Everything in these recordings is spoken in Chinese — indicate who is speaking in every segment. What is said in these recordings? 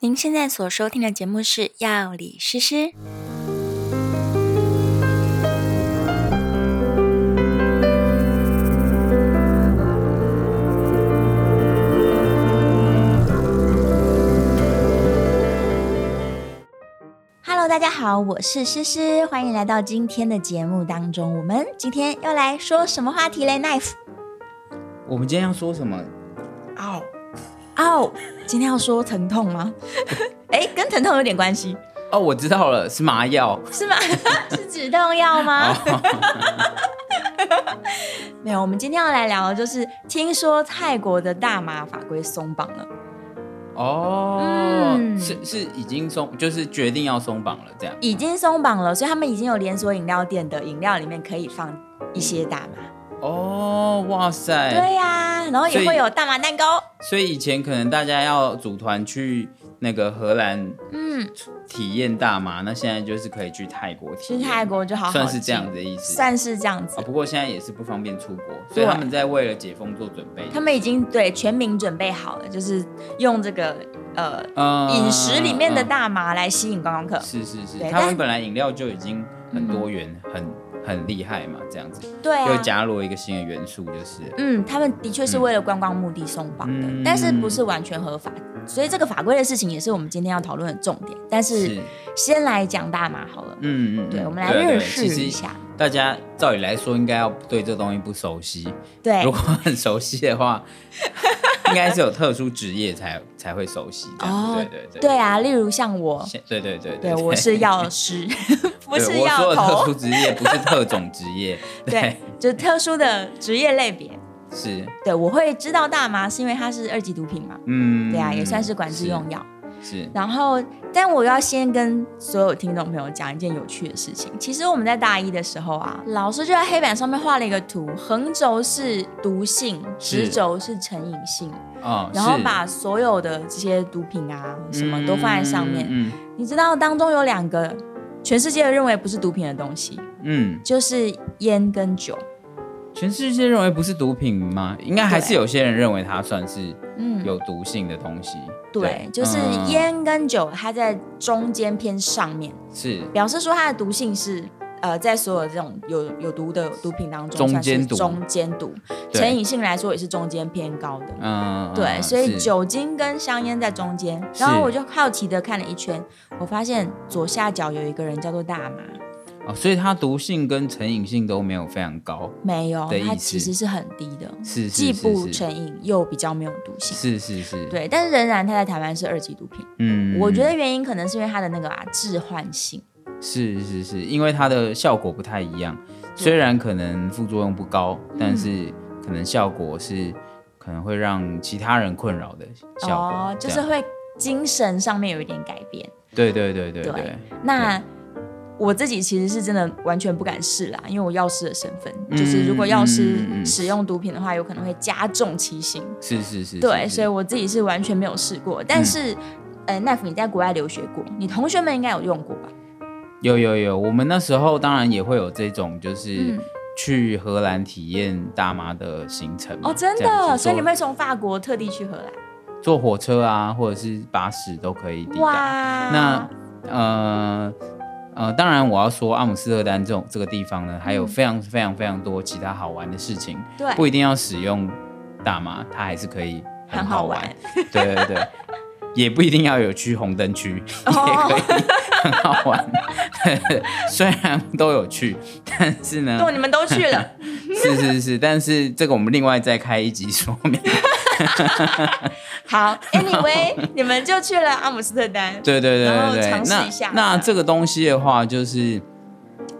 Speaker 1: 您现在所收听的节目是《药理诗诗》。Hello，大家好，我是诗诗，欢迎来到今天的节目当中。我们今天要来说什么话题嘞？Knife，
Speaker 2: 我们今天要说什么？
Speaker 1: 哦哦，今天要说疼痛 吗？哎，跟疼痛有点关系，
Speaker 2: 哦，我知道了，是麻药。
Speaker 1: 是吗？ 是止痛药吗？没有，我们今天要来聊，的就是听说泰国的大麻法规松绑了，
Speaker 2: 哦，
Speaker 1: 嗯
Speaker 2: 是是已经松，就是决定要松绑了，这样。
Speaker 1: 已经松绑了，所以他们已经有连锁饮料店的饮料里面可以放一些大麻。
Speaker 2: 哦，哇塞！
Speaker 1: 对呀、然后也
Speaker 2: 所以
Speaker 1: 会有大麻蛋糕。
Speaker 2: 所以以前可能大家要组团去那个荷兰
Speaker 1: 嗯，
Speaker 2: 体验大麻，那现在就是可以去泰国体
Speaker 1: 去
Speaker 2: 验，
Speaker 1: 泰国就好好
Speaker 2: 算是这样
Speaker 1: 记
Speaker 2: 子的意思。
Speaker 1: 算是这样子
Speaker 2: 啊，。不过现在也是不方便出国，所以他们在为了解封做准备。
Speaker 1: 他们已经对全民准备好了，就是用这个呃
Speaker 2: 呃
Speaker 1: 饮食里面的大麻来吸引观光客。
Speaker 2: 是是是
Speaker 1: 对，
Speaker 2: 他
Speaker 1: 但嗯
Speaker 2: 们本来饮料就已经很多元、很很厉害嘛，这样子
Speaker 1: 对
Speaker 2: 又
Speaker 1: 啊，
Speaker 2: 加入一个新的元素，就是
Speaker 1: 嗯，他们的确是为了观光目的松绑的，
Speaker 2: 嗯
Speaker 1: 但是不是完全合法。所以这个法规的事情也是我们今天要讨论的重点。但是先来讲大麻好了，
Speaker 2: 嗯嗯，嗯
Speaker 1: 对，我们来
Speaker 2: 对对
Speaker 1: 认识
Speaker 2: 其
Speaker 1: 一
Speaker 2: 实
Speaker 1: 下。
Speaker 2: 大家照理来说应该要对这东西不熟悉，
Speaker 1: 对
Speaker 2: 如果很熟悉 的话，应该是有特殊职业才才会熟悉这样
Speaker 1: 哦
Speaker 2: 对对对
Speaker 1: 对啊，例如像我，
Speaker 2: 现对对对
Speaker 1: 对我是药 师， 不
Speaker 2: 对
Speaker 1: 是
Speaker 2: 我说
Speaker 1: 药
Speaker 2: 的特殊
Speaker 1: 头，
Speaker 2: 职业，不是特种职业，
Speaker 1: 对，就是特殊的职业类别。
Speaker 2: 是
Speaker 1: 对，我会知道大麻是因为它是二级毒品嘛，
Speaker 2: 嗯，
Speaker 1: 对啊，也算是管制用药。
Speaker 2: 是
Speaker 1: 然后，但我要先跟所有听众朋友讲一件有趣的事情。其实我们在大一的时候啊，老师就在黑板上面画了一个图，横轴是毒性，
Speaker 2: 是
Speaker 1: 直轴是成瘾性，
Speaker 2: 哦，
Speaker 1: 然后
Speaker 2: 是
Speaker 1: 把所有的这些毒品啊什么都放在上面。
Speaker 2: 嗯
Speaker 1: 你知道当中有两个全世界认为不是毒品的东西，
Speaker 2: 嗯嗯，
Speaker 1: 就是烟跟酒。
Speaker 2: 全世界认为不是毒品吗？应该还是
Speaker 1: 对
Speaker 2: 有些人认为它算是
Speaker 1: 嗯，
Speaker 2: 有毒性的东西，
Speaker 1: 对，就是
Speaker 2: 嗯
Speaker 1: 烟跟酒，它在中间偏上面。
Speaker 2: 是
Speaker 1: 表示说它的毒性是呃，在所有这种有有毒的毒品当中，
Speaker 2: 中
Speaker 1: 算是
Speaker 2: 间毒
Speaker 1: 中间毒，
Speaker 2: 对
Speaker 1: 成瘾性来说也是中间偏高的。
Speaker 2: 嗯，
Speaker 1: 对，
Speaker 2: 嗯
Speaker 1: 所以
Speaker 2: 是
Speaker 1: 酒精跟香烟在中间。
Speaker 2: 是
Speaker 1: 然后我就好奇的看了一圈，我发现左下角有一个人叫做大麻，
Speaker 2: 哦，所以它毒性跟成瘾性都没有非常高，
Speaker 1: 没有
Speaker 2: 的，意
Speaker 1: 它
Speaker 2: 思
Speaker 1: 其实是很低的，
Speaker 2: 是
Speaker 1: 既
Speaker 2: 是
Speaker 1: 不
Speaker 2: 是是
Speaker 1: 成瘾又比较没有毒性。
Speaker 2: 是是是，，
Speaker 1: 对，但是仍然它在台湾是二级毒品。
Speaker 2: 嗯
Speaker 1: 我觉得原因可能是因为它的那个啊致幻性。
Speaker 2: 嗯是是是，因为它的效果不太一样，虽然可能副作用不高，但
Speaker 1: 嗯
Speaker 2: 是可能效果是可能会让其他人困扰的效果，
Speaker 1: 哦，就
Speaker 2: 这
Speaker 1: 是
Speaker 2: 样
Speaker 1: 会精神上面有一点改变。
Speaker 2: 对对对对
Speaker 1: 对
Speaker 2: 对，
Speaker 1: 那我自己其实是真的完全不敢试啦，因为我药师的身份，就是如果药师
Speaker 2: 嗯嗯嗯
Speaker 1: 使用毒品的话，有可能会加重其刑。
Speaker 2: 是是是，
Speaker 1: 对，
Speaker 2: 是嗯
Speaker 1: 所以我自己是完全没有试过。但是，呃，奈夫你在国外留学过，你同学们应该有用过吧？
Speaker 2: 有有有，我们那时候当然也会有这种，就是
Speaker 1: 嗯
Speaker 2: 去荷兰体验大麻的行程嘛
Speaker 1: 哦，真
Speaker 2: 嗯这样
Speaker 1: 的，
Speaker 2: 子
Speaker 1: 所以你
Speaker 2: 坐
Speaker 1: 们会从法国特地去荷兰？
Speaker 2: 坐火车啊，或者是巴士都可以抵达。
Speaker 1: 哇，
Speaker 2: 那呃呃，当然我要说阿姆斯特丹这种这个地方呢，还有
Speaker 1: 嗯
Speaker 2: 非常非常非常多其他好玩的事情，
Speaker 1: 对，
Speaker 2: 不一定要使用大麻，它还是可以
Speaker 1: 很好
Speaker 2: 好
Speaker 1: 玩。
Speaker 2: 对 对对，也不一定要有去红灯区，也
Speaker 1: 哦
Speaker 2: 可以很好玩。 对对对虽然都有去，但是呢，
Speaker 1: 对，你们都去了，
Speaker 2: 是是是，但是这个我们另外再开一集说明。
Speaker 1: 好，anyway，你们就去了阿姆斯特丹，
Speaker 2: 对对
Speaker 1: 然后
Speaker 2: 对对
Speaker 1: 尝
Speaker 2: 对，
Speaker 1: 试
Speaker 2: 那
Speaker 1: 一下
Speaker 2: 那这个东西的话，就是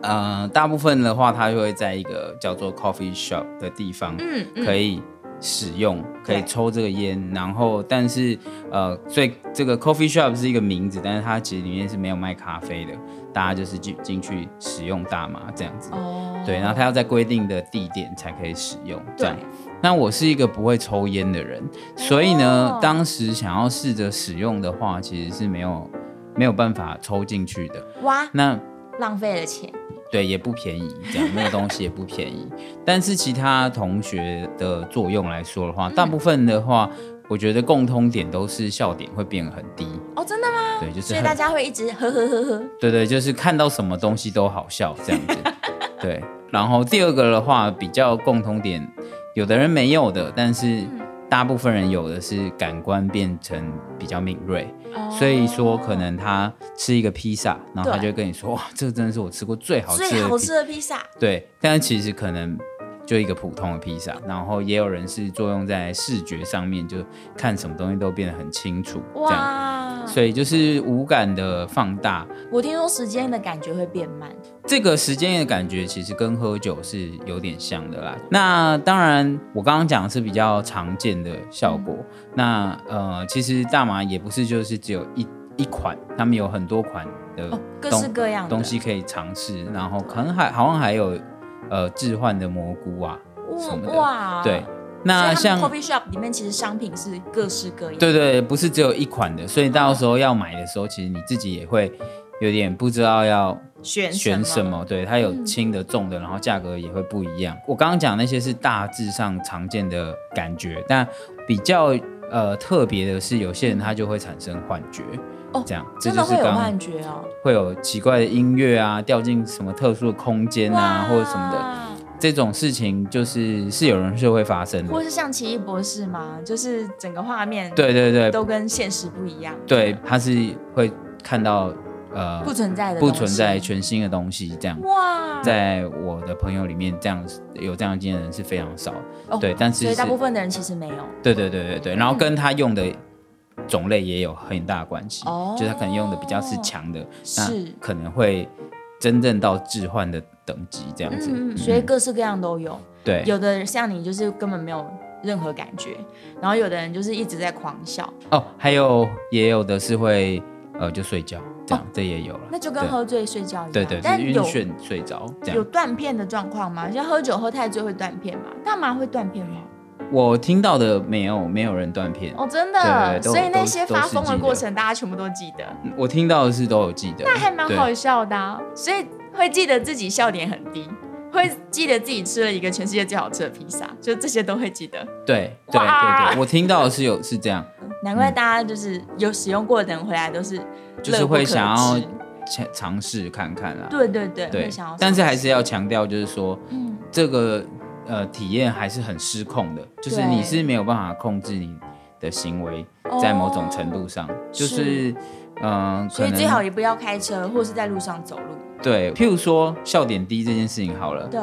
Speaker 2: 呃，大部分的话，它就会在一个叫做 coffee shop 的地方，
Speaker 1: 嗯，嗯
Speaker 2: 可以使用，可以
Speaker 1: 对
Speaker 2: 抽这个烟。然后，但是呃，所以这个 coffee shop 是一个名字，但是它其实里面是没有卖咖啡的，大家就是进进去使用大麻这样子。
Speaker 1: 哦，
Speaker 2: 对，然后它要在规定的地点才可以使用。这
Speaker 1: 对
Speaker 2: 样。那我是一个不会抽烟的人，所以呢
Speaker 1: 哦，
Speaker 2: 当时想要试着使用的话，其实是没有没有办法抽进去的。
Speaker 1: 哇，
Speaker 2: 那
Speaker 1: 浪费了钱，
Speaker 2: 对，也不便宜，这样那个东 西也不便宜。但是其他同学的
Speaker 1: 嗯
Speaker 2: 作用来说的话，大部分的话，我觉得共通点都是笑点会变很低。
Speaker 1: 哦，真的吗？
Speaker 2: 对，就是
Speaker 1: 所以
Speaker 2: 很
Speaker 1: 大家会一直呵呵呵呵。
Speaker 2: 对对，就是看到什么东西都好笑这 样子。对，然后第二个的话，比较共通点，有的人没有的，但是
Speaker 1: 嗯
Speaker 2: 大部分人有的是感官变成比较敏锐，
Speaker 1: 哦
Speaker 2: 所以说可能他吃一个披萨，然后他就
Speaker 1: 对
Speaker 2: 会跟你说，哇，这个真的是我吃过最好吃
Speaker 1: 最
Speaker 2: 的
Speaker 1: 好
Speaker 2: 披
Speaker 1: 吃的披萨，
Speaker 2: 对，但其实可能就一个普通的披萨，然后也有人是作用在视觉上面，就看什么东西都变得很清楚，这样，
Speaker 1: 哇！
Speaker 2: 所以就是五感的放大。
Speaker 1: 我听说时间的感觉会变慢，
Speaker 2: 这个时间的感觉其实跟喝酒是有点像的啦。那当然，我刚刚讲的是比较常见的效果。那呃，其实大麻也不是就是只有一一款，他们有很多款的
Speaker 1: 哦，各
Speaker 2: 东
Speaker 1: 式各样的
Speaker 2: 东西。可以尝试，然后可能还好像还有呃置换的蘑菇啊，什么的
Speaker 1: 哇，
Speaker 2: 对
Speaker 1: 啊所以，
Speaker 2: 那
Speaker 1: 他
Speaker 2: 像
Speaker 1: 们 coffee shop 里面其实商品是各式各样。
Speaker 2: 对对，不是只有一款的，所以到时候要买的时候，其实你自己也会有点不知道要
Speaker 1: 选
Speaker 2: 选什
Speaker 1: 什么？嗯
Speaker 2: 么。对，它有轻的、重的，然后价格也会不一样。我刚刚讲那些是大致上常见的感觉，但比较呃特别的是，有些人他就会产生幻觉。
Speaker 1: 哦
Speaker 2: 这样
Speaker 1: 真
Speaker 2: 这就
Speaker 1: 的
Speaker 2: 是
Speaker 1: 会有
Speaker 2: 刚
Speaker 1: 幻觉哦，
Speaker 2: 会有奇怪的音乐啊，掉进什么特殊的空间啊，或者什么的。
Speaker 1: 的，
Speaker 2: 这种事情就是是有人是会发生
Speaker 1: 或
Speaker 2: 的。
Speaker 1: 是像奇异博士嘛，就是整个画面
Speaker 2: 对对对
Speaker 1: 都跟现实不一样，
Speaker 2: 对，他是会看到呃
Speaker 1: 不存在的
Speaker 2: 不
Speaker 1: 东
Speaker 2: 存
Speaker 1: 西
Speaker 2: 在全新的东西这样。
Speaker 1: 哇，
Speaker 2: 在我的朋友里面，这样有这样经验的人是非常少的，
Speaker 1: 哦
Speaker 2: 对，但是
Speaker 1: 所以大
Speaker 2: 是啊
Speaker 1: 部分嗯的人其实没有
Speaker 2: 对对对对对，然后跟他用的种类也有很大的关系，
Speaker 1: 哦
Speaker 2: 就是他可能用的比较是强的，
Speaker 1: 是。
Speaker 2: 可能会真正到置换的等级这样子，
Speaker 1: 嗯，嗯所以各式各样都有，
Speaker 2: 对，
Speaker 1: 有的像你就是根本没有任何感觉，然后有的人就是一直在狂笑，
Speaker 2: 哦，还有也有的是会呃就睡觉这样，这也有了，
Speaker 1: 那就跟
Speaker 2: 对
Speaker 1: 喝醉睡觉一样。
Speaker 2: 对对，就是
Speaker 1: 哦但
Speaker 2: 晕
Speaker 1: 有
Speaker 2: 眩睡着这
Speaker 1: 有
Speaker 2: 样。
Speaker 1: 断片的状况吗？像喝酒喝太醉会断片吗？大麻会断片吗？
Speaker 2: 我听到的没有没有人断片，
Speaker 1: 哦，真
Speaker 2: 对对
Speaker 1: 的，
Speaker 2: 都
Speaker 1: 所以那
Speaker 2: 都
Speaker 1: 些
Speaker 2: 都
Speaker 1: 发
Speaker 2: 是
Speaker 1: 疯
Speaker 2: 记
Speaker 1: 的
Speaker 2: 得
Speaker 1: 过程大家全部都记得，
Speaker 2: 我听到的是都有记得，
Speaker 1: 那还蛮
Speaker 2: 对
Speaker 1: 好笑的、啊，所以会记得自己笑点很低。会记得自己吃了一个全世界最好吃的披萨，就这些都会记得。
Speaker 2: 对对对
Speaker 1: 哇
Speaker 2: 对，我听到的是有是这样，
Speaker 1: 难怪大家就是有使用过的人回来都是
Speaker 2: 嗯就是
Speaker 1: 乐不
Speaker 2: 会
Speaker 1: 可
Speaker 2: 想要
Speaker 1: 支
Speaker 2: 尝尝试看看啦。
Speaker 1: 对对对，
Speaker 2: 对
Speaker 1: 会想要，
Speaker 2: 但是还是要强调，就是说
Speaker 1: 嗯
Speaker 2: 这个呃体验还是很失控的，就是
Speaker 1: 对
Speaker 2: 你是没有办法控制你的行为，
Speaker 1: 哦
Speaker 2: 在某种程度上，就是嗯、呃
Speaker 1: 所
Speaker 2: 可
Speaker 1: 以最好
Speaker 2: 能
Speaker 1: 也不要开车或是在路上走路。
Speaker 2: 对，譬如说笑点低这件事情好了，
Speaker 1: 对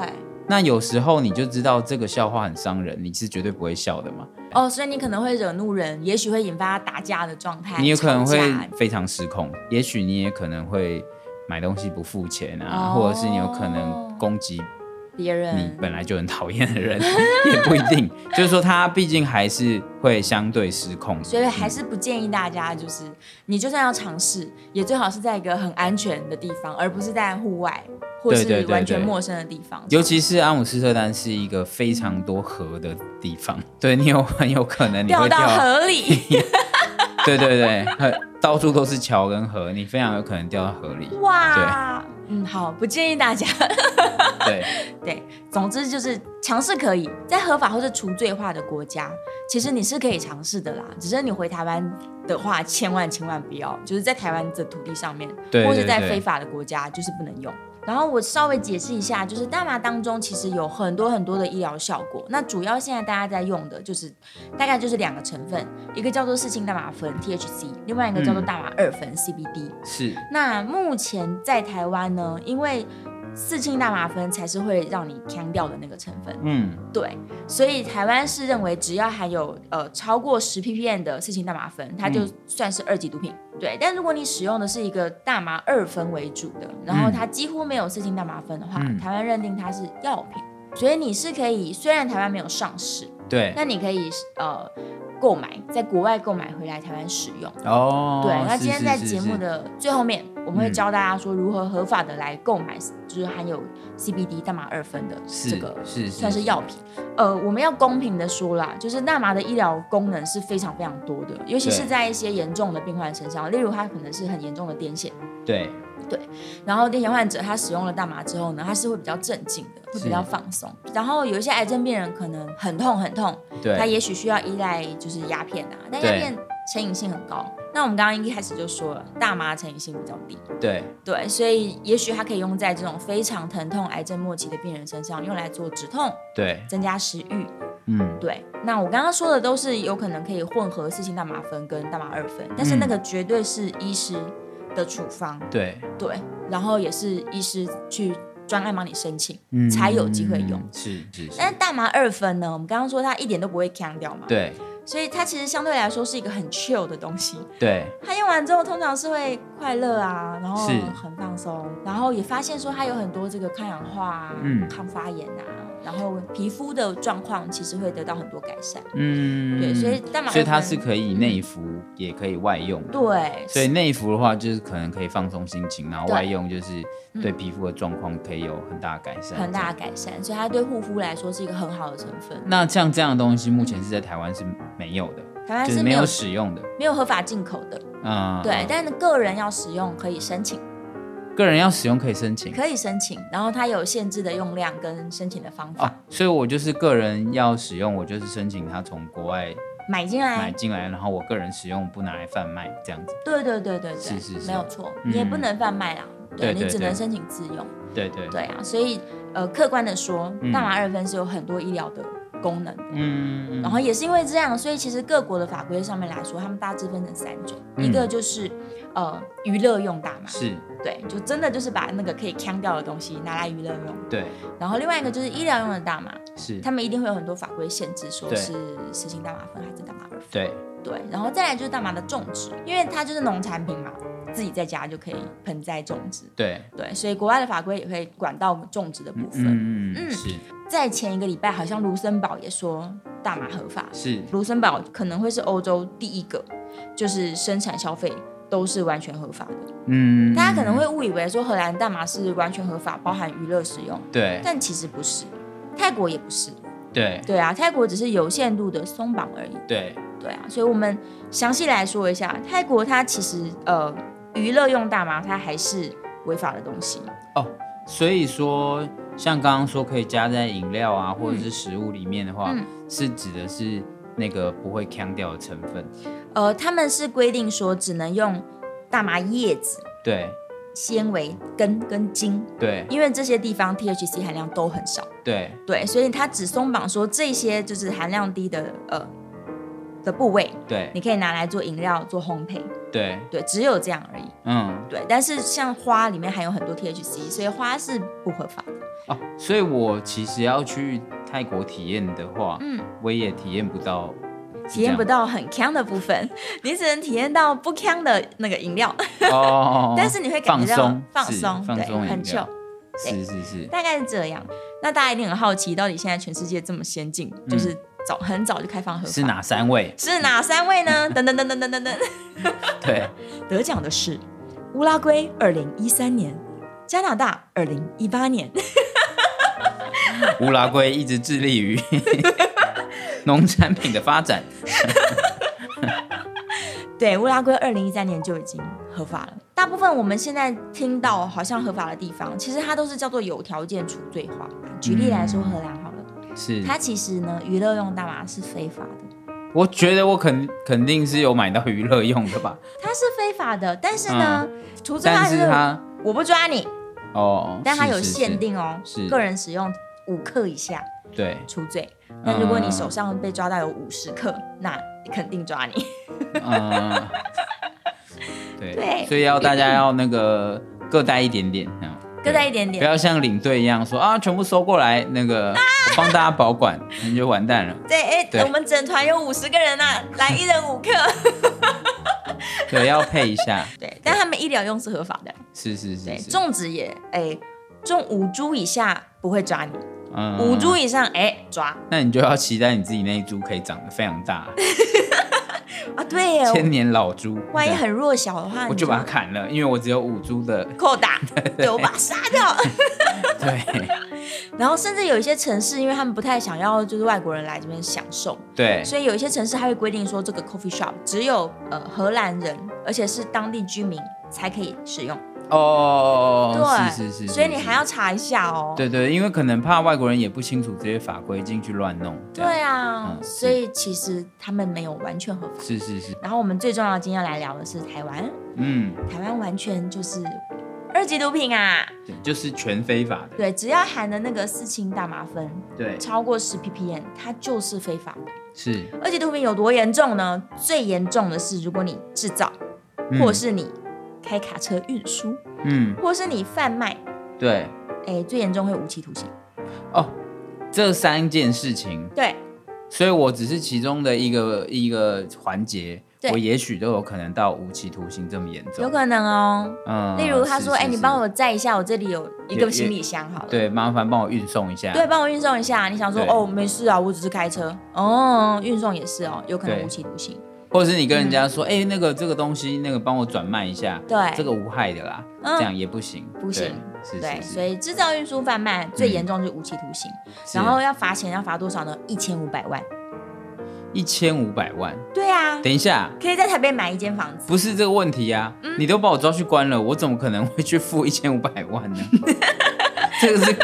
Speaker 2: 那有时候你就知道这个笑话很伤人，你是绝对不会笑的嘛，
Speaker 1: 哦，所以你可能会惹怒人，也许会引发打架的状态，
Speaker 2: 你有可能
Speaker 1: 吵
Speaker 2: 会
Speaker 1: 架
Speaker 2: 非常失控，也许你也可能会买东西不付钱啊，
Speaker 1: 哦
Speaker 2: 或者是你有可能攻击
Speaker 1: 别
Speaker 2: 你
Speaker 1: 人。
Speaker 2: 本来就很讨厌的人，也不一定。就是说，他毕竟还是会相对失控，嗯
Speaker 1: 所以还是不建议大家，就是你就算要尝试，也最好是在一个很安全的地方，而不是在户外或
Speaker 2: 对对
Speaker 1: 是
Speaker 2: 对
Speaker 1: 完全
Speaker 2: 对
Speaker 1: 陌生的地方。
Speaker 2: 尤其是阿姆斯特丹是一个非常多河的地方，对你有很有可能你
Speaker 1: 掉
Speaker 2: 会
Speaker 1: 到
Speaker 2: 掉，
Speaker 1: 河 里，
Speaker 2: 对对对，很到处都是桥跟河，你非常有可能掉到河里。
Speaker 1: 哇！嗯，好，不建议大家。
Speaker 2: 对，
Speaker 1: 对，总之就是尝试可以，在合法或是除罪化的国家，其实你是可以尝试的啦。只是你回台湾的话，千万千万不要，就是在台湾的土地上面，
Speaker 2: 对
Speaker 1: 或是在
Speaker 2: 对对
Speaker 1: 非法的国家，就是不能用。然后我稍微解释一下，就是大麻当中其实有很多很多的医疗效果。那主要现在大家在用的就是，大概就是两个成分，一个叫做四氢大麻酚 （THC），另外一个叫做
Speaker 2: 嗯
Speaker 1: 大麻二酚 （CBD）。
Speaker 2: 是，
Speaker 1: 那目前在台湾呢，因为四氢大麻酚才是会让你呛掉的那个成分，
Speaker 2: 嗯，
Speaker 1: 对，所以台湾是认为只要含有呃超过十 ppm 的四氢大麻酚，它就算是二级毒品。对，但如果你使用的是一个大麻二酚为主的，然后它几乎没有四氢大麻酚的话，
Speaker 2: 嗯
Speaker 1: 台湾认定它是药品，所以你是可以，虽然台湾没有上市，
Speaker 2: 对，
Speaker 1: 但你可以呃购买，在国外购买回来台湾使用。
Speaker 2: 哦，
Speaker 1: 对，那
Speaker 2: 是
Speaker 1: 今天
Speaker 2: 是
Speaker 1: 在
Speaker 2: 是
Speaker 1: 节
Speaker 2: 是
Speaker 1: 目的最后面，我们会
Speaker 2: 嗯
Speaker 1: 教大家说如何合法的来购买，就是含有 CBD 大麻二酚的
Speaker 2: 是
Speaker 1: 这个
Speaker 2: 是是
Speaker 1: 算是药品。呃，我们要公平的说啦，就是大麻的医疗功能是非常非常多的，尤其是
Speaker 2: 对
Speaker 1: 在一些严重的病患身上，例如他可能是很严重的癫痫，
Speaker 2: 对，
Speaker 1: 然后癫痫患者他使用了大麻之后呢，他是会比较镇静的，会
Speaker 2: 是
Speaker 1: 比较放松。然后有一些癌症病人可能很痛很痛，
Speaker 2: 对，
Speaker 1: 他也许需要依赖就是鸦片啊，但鸦
Speaker 2: 对
Speaker 1: 片成瘾性很高。那我们刚刚一开始就说了，大麻成瘾性比较低，
Speaker 2: 对，
Speaker 1: 对，所以也许它可以用在这种非常疼痛、癌症末期的病人身上，用来做止痛、
Speaker 2: 对，
Speaker 1: 增加食欲。
Speaker 2: 嗯，
Speaker 1: 对，那我刚刚说的都是有可能可以混合四氢大麻酚跟大麻二酚，但
Speaker 2: 嗯
Speaker 1: 是那个绝对是医师的处方，
Speaker 2: 对，
Speaker 1: 对，然后也是医师去专案帮你申请。
Speaker 2: 嗯
Speaker 1: 才有机会用。
Speaker 2: 是是是，
Speaker 1: 但是大麻二酚呢，我们刚刚说它一点都不会呛掉嘛，，
Speaker 2: 对
Speaker 1: 所以它其实相对来说是一个很 chill 的东西。
Speaker 2: 对
Speaker 1: 它用完之后通常是会快乐啊，然后
Speaker 2: 是
Speaker 1: 很放松，然后也发现说它有很多这个抗氧化啊、
Speaker 2: 嗯
Speaker 1: 抗发炎啊，然后皮肤的状况其实会得到很多改善。
Speaker 2: 嗯，
Speaker 1: 对，所以大麻二酚
Speaker 2: 所以它是可以内服，也可以外用的。
Speaker 1: 对，
Speaker 2: 所以内服的话，就是可能可以放松心情，然后
Speaker 1: 对
Speaker 2: 外用就是对皮肤的状况可以有很大的改善。
Speaker 1: 很
Speaker 2: 这
Speaker 1: 大
Speaker 2: 样。
Speaker 1: 的改善，所以它对护肤来说是一个很好的成分。
Speaker 2: 那像这样的东西，目前是在台湾是没有的，
Speaker 1: 台湾
Speaker 2: 就是
Speaker 1: 是
Speaker 2: 没
Speaker 1: 没有
Speaker 2: 有使用的。
Speaker 1: 没有合法进口的，
Speaker 2: 嗯，
Speaker 1: 对，但是个人要使用可以申请。
Speaker 2: 个人要使用可以申请。
Speaker 1: 可以申请，然后它有限制的用量跟申请的方法。
Speaker 2: 哦，所以我就是个人要使用，我就是申请它从国外
Speaker 1: 买进
Speaker 2: 买
Speaker 1: 来，
Speaker 2: 进来，然后我个人使用不拿来贩卖这样子。
Speaker 1: 对对对对对，
Speaker 2: 是是是
Speaker 1: 没有错，
Speaker 2: 嗯
Speaker 1: 你也不能贩卖啦，
Speaker 2: 对对
Speaker 1: 你只
Speaker 2: 对
Speaker 1: 能申请自用。
Speaker 2: 对对，
Speaker 1: 对啊，所以呃，客观的说
Speaker 2: 嗯，
Speaker 1: 大麻二酚是有很多医疗的功能的。
Speaker 2: 嗯，嗯
Speaker 1: 然后也是因为这样，所以其实各国的法规上面来说，他们大致分成三种，
Speaker 2: 嗯
Speaker 1: 一个就是呃娱乐用大麻，
Speaker 2: 是，
Speaker 1: 对，就真的就是把那个可以呛掉的东西拿来娱乐用；
Speaker 2: 对，
Speaker 1: 然后另外一个就是医疗用的大麻，
Speaker 2: 是，
Speaker 1: 他们一定会有很多法规限制，说
Speaker 2: 对
Speaker 1: 是实行大麻酚还是大麻二酚。
Speaker 2: 对，
Speaker 1: 对，然后再来就是大麻的种植，因为它就是农产品嘛，自己在家就可以盆栽种植。
Speaker 2: 对，
Speaker 1: 对，所以国外的法规也会管到种植的部分。
Speaker 2: 嗯嗯
Speaker 1: 嗯
Speaker 2: 是
Speaker 1: 在前一个礼拜，好像卢森堡也说大麻合法，
Speaker 2: 是，
Speaker 1: 卢森堡可能会是欧洲第一个，就是生产消费都是完全合法的。
Speaker 2: 嗯，
Speaker 1: 大家可能会误以为说荷兰大麻是完全合法，包含娱乐使用，
Speaker 2: 对
Speaker 1: 但其实不是，泰国也不是。
Speaker 2: 对
Speaker 1: 对啊，泰国只是有限度的松绑而已。
Speaker 2: 对
Speaker 1: 对啊，所以我们详细来说一下，泰国它其实呃，娱乐用大麻它还是违法的东西。
Speaker 2: 哦，所以说像刚刚说可以加在饮料啊或
Speaker 1: 嗯
Speaker 2: 者是食物里面的话，是指的是那个不会呛掉的成分，
Speaker 1: 呃，他们是规定说只能用大麻叶子、
Speaker 2: 对
Speaker 1: 纤维、根跟茎，
Speaker 2: 对
Speaker 1: 因为这些地方 THC 含量都很少。
Speaker 2: 对
Speaker 1: 对，所以它只松绑说这些就是含量低的呃的部位，
Speaker 2: 对
Speaker 1: 你可以拿来做饮料、做烘焙。
Speaker 2: 对，
Speaker 1: 对，只有这样而已。
Speaker 2: 嗯
Speaker 1: 对，但是像花里面含有很多 THC，所以花是不合法的。
Speaker 2: 哦，所以我其实要去泰国体验的话，
Speaker 1: 嗯。
Speaker 2: 我也体验不到，
Speaker 1: 体验不到很呛的部 分，你只能体验到不呛的那个饮料，
Speaker 2: 到哦，
Speaker 1: 但是你会感觉到
Speaker 2: 放
Speaker 1: 放
Speaker 2: 松是
Speaker 1: 松，
Speaker 2: 放松饮
Speaker 1: 对，很
Speaker 2: 料
Speaker 1: chill，
Speaker 2: 是是是，
Speaker 1: 大概是这样。那大家一定很好奇，到底现在全世界这么先进，就是早很早就开放合法，
Speaker 2: 嗯是哪三位？
Speaker 1: 是哪三位呢？ 等等等等等等等，
Speaker 2: 对，
Speaker 1: 得奖的是乌拉圭，二零一三年；加拿大，二零一八年；
Speaker 2: 乌拉圭一直致力于 农产品的发展。
Speaker 1: 对，乌拉圭二零一三年就已经合法了。大部分我们现在听到好像合法的地方，其实它都是叫做有条件处罪化。举例来说，荷兰好了。
Speaker 2: 是，
Speaker 1: 它其实呢，娱乐用大麻是非法的，
Speaker 2: 我觉得我肯肯定是有买到娱乐用 的吧，
Speaker 1: 它是非法的，但是呢，除此之
Speaker 2: 嗯但
Speaker 1: 外就是
Speaker 2: 它
Speaker 1: 我不抓你，
Speaker 2: 哦，
Speaker 1: 但它
Speaker 2: 是
Speaker 1: 有
Speaker 2: 是
Speaker 1: 限定哦，
Speaker 2: 是
Speaker 1: 个人使用五克以下
Speaker 2: 是对，
Speaker 1: 除罪。
Speaker 2: 嗯
Speaker 1: 那如果你手上被抓到有五十克，那肯定抓你。
Speaker 2: 嗯，对，
Speaker 1: 对
Speaker 2: 所以要大家要那个各带一点点， 嗯
Speaker 1: 各带一
Speaker 2: 对
Speaker 1: 点
Speaker 2: 不
Speaker 1: 点，
Speaker 2: 要像领队一样说啊，全部收过来，那 个我帮大家保管， 你就完蛋了。
Speaker 1: 对，哎、
Speaker 2: 对
Speaker 1: 我们整团有五十个人呐、来一人 五克。
Speaker 2: 对，要配一下，
Speaker 1: 对，但他们医疗用是合法的，
Speaker 2: 是是
Speaker 1: 对，
Speaker 2: 是是，
Speaker 1: 种植也，哎、种五株以下不会抓你，
Speaker 2: 嗯
Speaker 1: 五株以上，哎、抓
Speaker 2: 那你就要期待你自己那一株可以长得非常 大，
Speaker 1: 啊，对耶，
Speaker 2: 千年老猪。
Speaker 1: 万一
Speaker 2: 对
Speaker 1: 很弱小的话，
Speaker 2: 我
Speaker 1: 你
Speaker 2: 就把它砍了，因为我只有五株 的。
Speaker 1: 扣 打，对我把它杀掉。
Speaker 2: 对
Speaker 1: 然后甚至有一些城市，因为他们不太想要就是外国人来这边享受，
Speaker 2: 对
Speaker 1: 所以有一些城市它会规定说，这个 coffee shop 只有呃荷兰人，而且是当地居民才可以使用。
Speaker 2: 哦，
Speaker 1: 对，
Speaker 2: 是是是，
Speaker 1: 所以
Speaker 2: 是
Speaker 1: 你
Speaker 2: 是
Speaker 1: 还要查一下哦。
Speaker 2: 对对，因为可能怕外国人也不清楚这些法规，进去乱弄。这样
Speaker 1: 对啊，
Speaker 2: 嗯是
Speaker 1: 所以其实他们没有完全合法。
Speaker 2: 是是是，
Speaker 1: 然后我们最重要的今天要来聊的是台湾，
Speaker 2: 嗯，
Speaker 1: 台湾完全就是二级毒品啊，
Speaker 2: 对，就是全非法的。
Speaker 1: 对，只要含的那个四氢大麻酚
Speaker 2: 对，
Speaker 1: 超过十 ppm，它就是非法的。
Speaker 2: 是，
Speaker 1: 二级毒品有多严重呢？最严重的是，如果你制造，
Speaker 2: 嗯
Speaker 1: 或是你开卡车运输，
Speaker 2: 嗯，
Speaker 1: 或是你贩卖，
Speaker 2: 对，
Speaker 1: 哎，最严重会无期徒刑。
Speaker 2: 哦，这三件事情，
Speaker 1: 对，
Speaker 2: 所以我只是其中的一个一个环节
Speaker 1: 对，
Speaker 2: 我也许都有可能到无期徒刑这么严
Speaker 1: 有
Speaker 2: 重。
Speaker 1: 可能哦。
Speaker 2: 嗯
Speaker 1: 例如他说：“哎、你帮
Speaker 2: 我，
Speaker 1: 我载一下，我这里有一
Speaker 2: 也
Speaker 1: 个
Speaker 2: 也
Speaker 1: 行李箱好了。”
Speaker 2: 对，麻烦帮我运送一下。
Speaker 1: 对，帮我运送一下。你想说
Speaker 2: 对
Speaker 1: 哦，没事啊，我只是开车。哦，运送也是哦，有可能
Speaker 2: 对
Speaker 1: 无期徒刑。
Speaker 2: 或者是你跟人家说，哎、那个这个东西，那个帮我转卖一下，
Speaker 1: 嗯对
Speaker 2: 这个无害的啦，
Speaker 1: 嗯
Speaker 2: 这样也不行，
Speaker 1: 不行
Speaker 2: 对，是
Speaker 1: 对，
Speaker 2: 是是，嗯
Speaker 1: 所以制造、运输、贩卖最严重就是无期徒刑，然后要罚钱，要罚多少呢？一千五百万。
Speaker 2: 一千五百万，
Speaker 1: 对啊，
Speaker 2: 等一下，
Speaker 1: 可以在台北买一间房子。
Speaker 2: 不是这个问题啊，
Speaker 1: 嗯
Speaker 2: 你都把我抓去关了，我怎么可能会去付一千五百万呢？ 这个是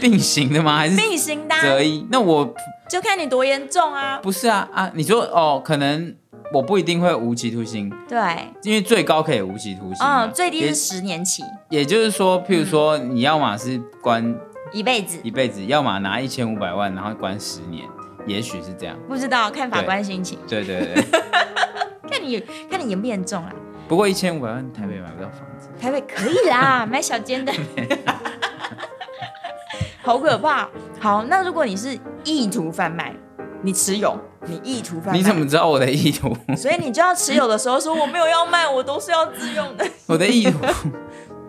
Speaker 2: 并行的吗？还 是
Speaker 1: 并行的啊、
Speaker 2: 择一？那我
Speaker 1: 就看你多严重啊。
Speaker 2: 不是啊啊！你说哦，可能我不一定会无期徒刑，
Speaker 1: 对，
Speaker 2: 因为最高可以无期徒刑嘛，
Speaker 1: 嗯，最低
Speaker 2: 也
Speaker 1: 是嗯十年起，
Speaker 2: 也就是说，譬如说，你要么是关
Speaker 1: 一辈子。
Speaker 2: 一辈子，要么拿一千五百万，然后关十年，也许是这样。
Speaker 1: 不知道看法官心情，
Speaker 2: 对对对，
Speaker 1: 看你看你严不严重啊？
Speaker 2: 不过一千五百万台北买不到房 子，
Speaker 1: 台北可以 啦，买小间的，好可怕。好，那如果你是意图贩卖，你持有，你意图贩卖，
Speaker 2: 你怎么？知道我的意 图？
Speaker 1: 所以你就要持有的时候说我没有要卖，我都是要自用 的。
Speaker 2: 我的意图